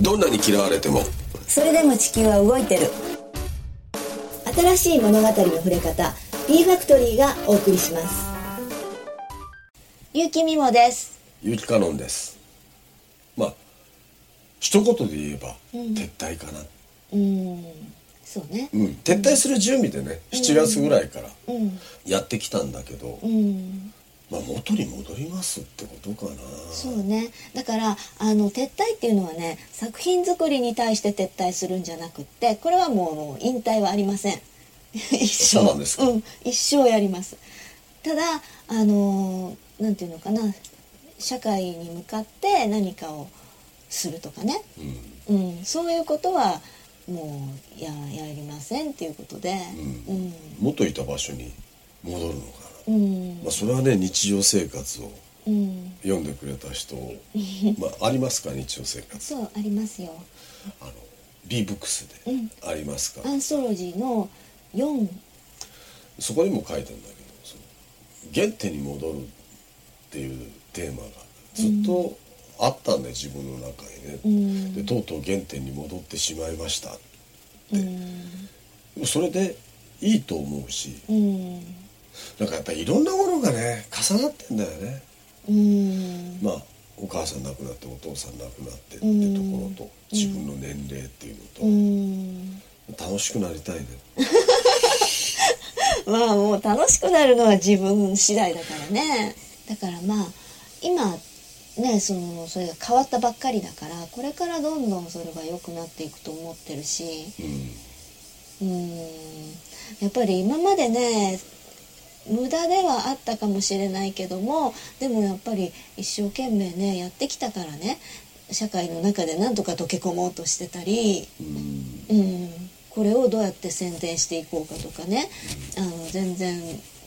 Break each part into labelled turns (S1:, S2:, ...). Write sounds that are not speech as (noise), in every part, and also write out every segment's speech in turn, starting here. S1: どんなに嫌われても
S2: それでも地球は動いてる新しい物語の触れ方 B ファクトリーがお送りします結城美もです
S1: 有機カノンですまあ一言で言えば、撤退かな、
S2: うんそうね
S1: うん、撤退する準備でね7月ぐらいから
S2: うん
S1: やってきたんだけど、
S2: うん
S1: まあ、元に戻りますってことかな
S2: そうねだからあの撤退っていうのはね作品作りに対して撤退するんじゃなくってこれはもう引退はありません一生
S1: そうなんですか
S2: うん、一生やりますただあのーなんていうのかな社会に向かって何かをするとかね、
S1: うん
S2: うん、そういうことはもうややりませんっていうことでうん
S1: 元いた場所に戻るのか
S2: う
S1: な、
S2: ん
S1: まあ、それはね日常生活を
S2: うん
S1: 読んでくれた
S2: (laughs)
S1: 人、まあ、ありますか日常生活
S2: そうありますよ
S1: あの B ブックスで
S2: うん
S1: ありますから、
S2: アンソロジーの4
S1: そこにも書いてんだけどその原点に戻るっていうテーマがずっとあったんだよ、自分の中にね、
S2: うん
S1: でとうとう原点に戻ってしまいました
S2: うん
S1: それでいいと思うし
S2: うん
S1: なんかやっぱりいろんなものがね重なってんだよね
S2: うん
S1: まあお母さん亡くなってお父さん亡くなってっていうところと、自分の年齢っていう
S2: う
S1: のと、
S2: ん
S1: 楽しくなりたいね
S2: まあもう楽しくなるのは自分次第だからねだからまあ今ねそのそれが変わったばっかりだからこれからどんどんそれが良くなっていくと思ってるし
S1: う
S2: うんやっぱり今までね無駄ではあったかもしれないけどもでもやっぱり一生懸命ねやってきたからね社会の中でなんとか溶け込もうとしてたり
S1: んうん
S2: うん、これをどうやって宣伝していこうかとかねあの全然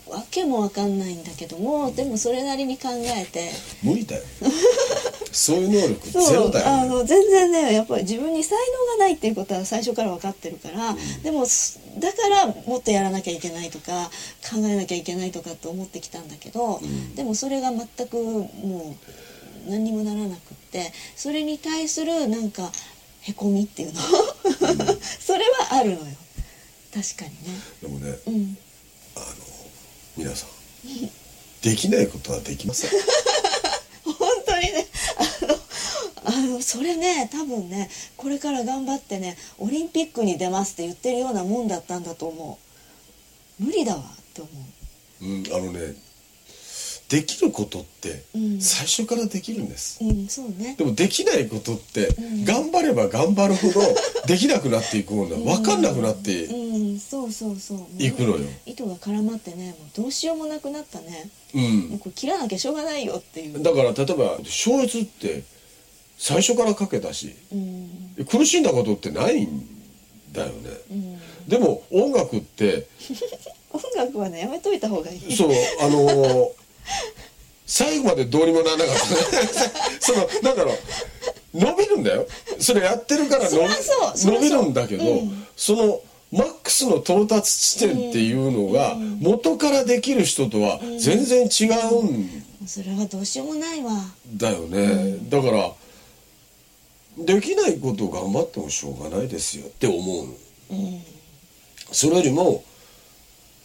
S2: わけもわかんないんだけどもでもそれなりに考えて
S1: 無理だ
S2: (laughs)
S1: よそういう能力
S2: そう
S1: ゼロだよ
S2: あ
S1: ね
S2: の全然ねやっぱり自分に才能がないっていうことは最初から分かってるから、でもすだからもっとやらなきゃいけないとか考えなきゃいけないとかって思ってきたんだけど、
S1: ん
S2: でもそれが全くもう何にもならなくってそれに対するなんかへこみっていうの、 (laughs) それはあるのよ確かにね。
S1: でもね
S2: うん、
S1: あの皆さんできないことはできません
S2: 本当にねあのあのそれね多分ねこれから頑張ってねオリンピックに出ますって言ってるようなもんだったんだと思う無理だわって思
S1: うん、あのねできることって
S2: うん
S1: 最初からできるんです、
S2: ううんそうね
S1: でもできないことって
S2: うん
S1: 頑張れば頑張るほどできなくなっていくもんだ分かんなくなって
S2: うんそうそうそうもう
S1: いくのよ
S2: 糸が絡まってねもうどうしようもなくなったね
S1: う
S2: もうんこれ切らなきゃしょうがないよっていう
S1: だから例えば小説って最初から書けたし
S2: うん
S1: 苦しんだことってないんだよね
S2: うん
S1: でも音楽って
S2: 音楽はねやめといた方がいい
S1: そうあのー最後までどうにもならなかったね (laughs) そのなんだろう伸びるんだよそれやってるから伸び
S2: そらそうそら
S1: 伸
S2: そう
S1: びるんだけど、
S2: うん
S1: そのマックスの到達地点っていうのが元からできる人とは全然違うん
S2: それはどうしようもないわ
S1: だよね、だからできないことを頑張ってもしょうがないですよって思うの
S2: うん
S1: それよりも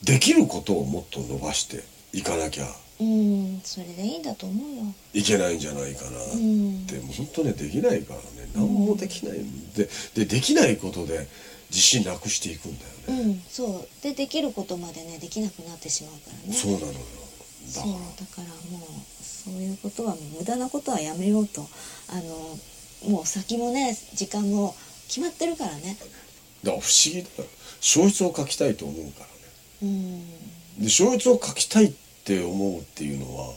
S1: できることをもっと伸ばしていかなきゃ
S2: うんそれでいいんだと思うよ
S1: いけないんじゃないかなっ
S2: うん
S1: て、もう本当ねできないからね何もできないんででできないことで自信なくしていくんだよ
S2: う
S1: ね、
S2: ん、そうでできることまでねできなくなってしまうからね
S1: そうなのよだ
S2: そう
S1: から
S2: だからもうそういうことはもう無駄なことはやめようとあのもう先もね時間も決まってるからね
S1: だから不思議だよ小説を書きたいと思うからね
S2: うん
S1: で小説を書きたいって思うっていうのは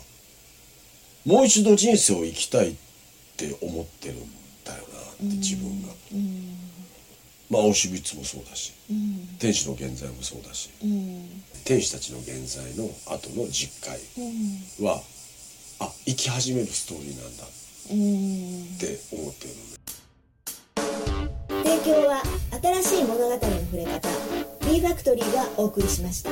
S1: もう一度人生を生きたいって思ってるんだよなって自分が、
S2: うん
S1: まあオウシュビッツもそうだし
S2: うん
S1: 天使の現在もそうだし
S2: うん
S1: 天使たちの現在の後の実会
S2: うん
S1: はあ生き始めるストーリーなんだっ
S2: うん
S1: て思ってるのね
S2: 提供は新しい物語の触れ方 B ファクトリーがお送りしました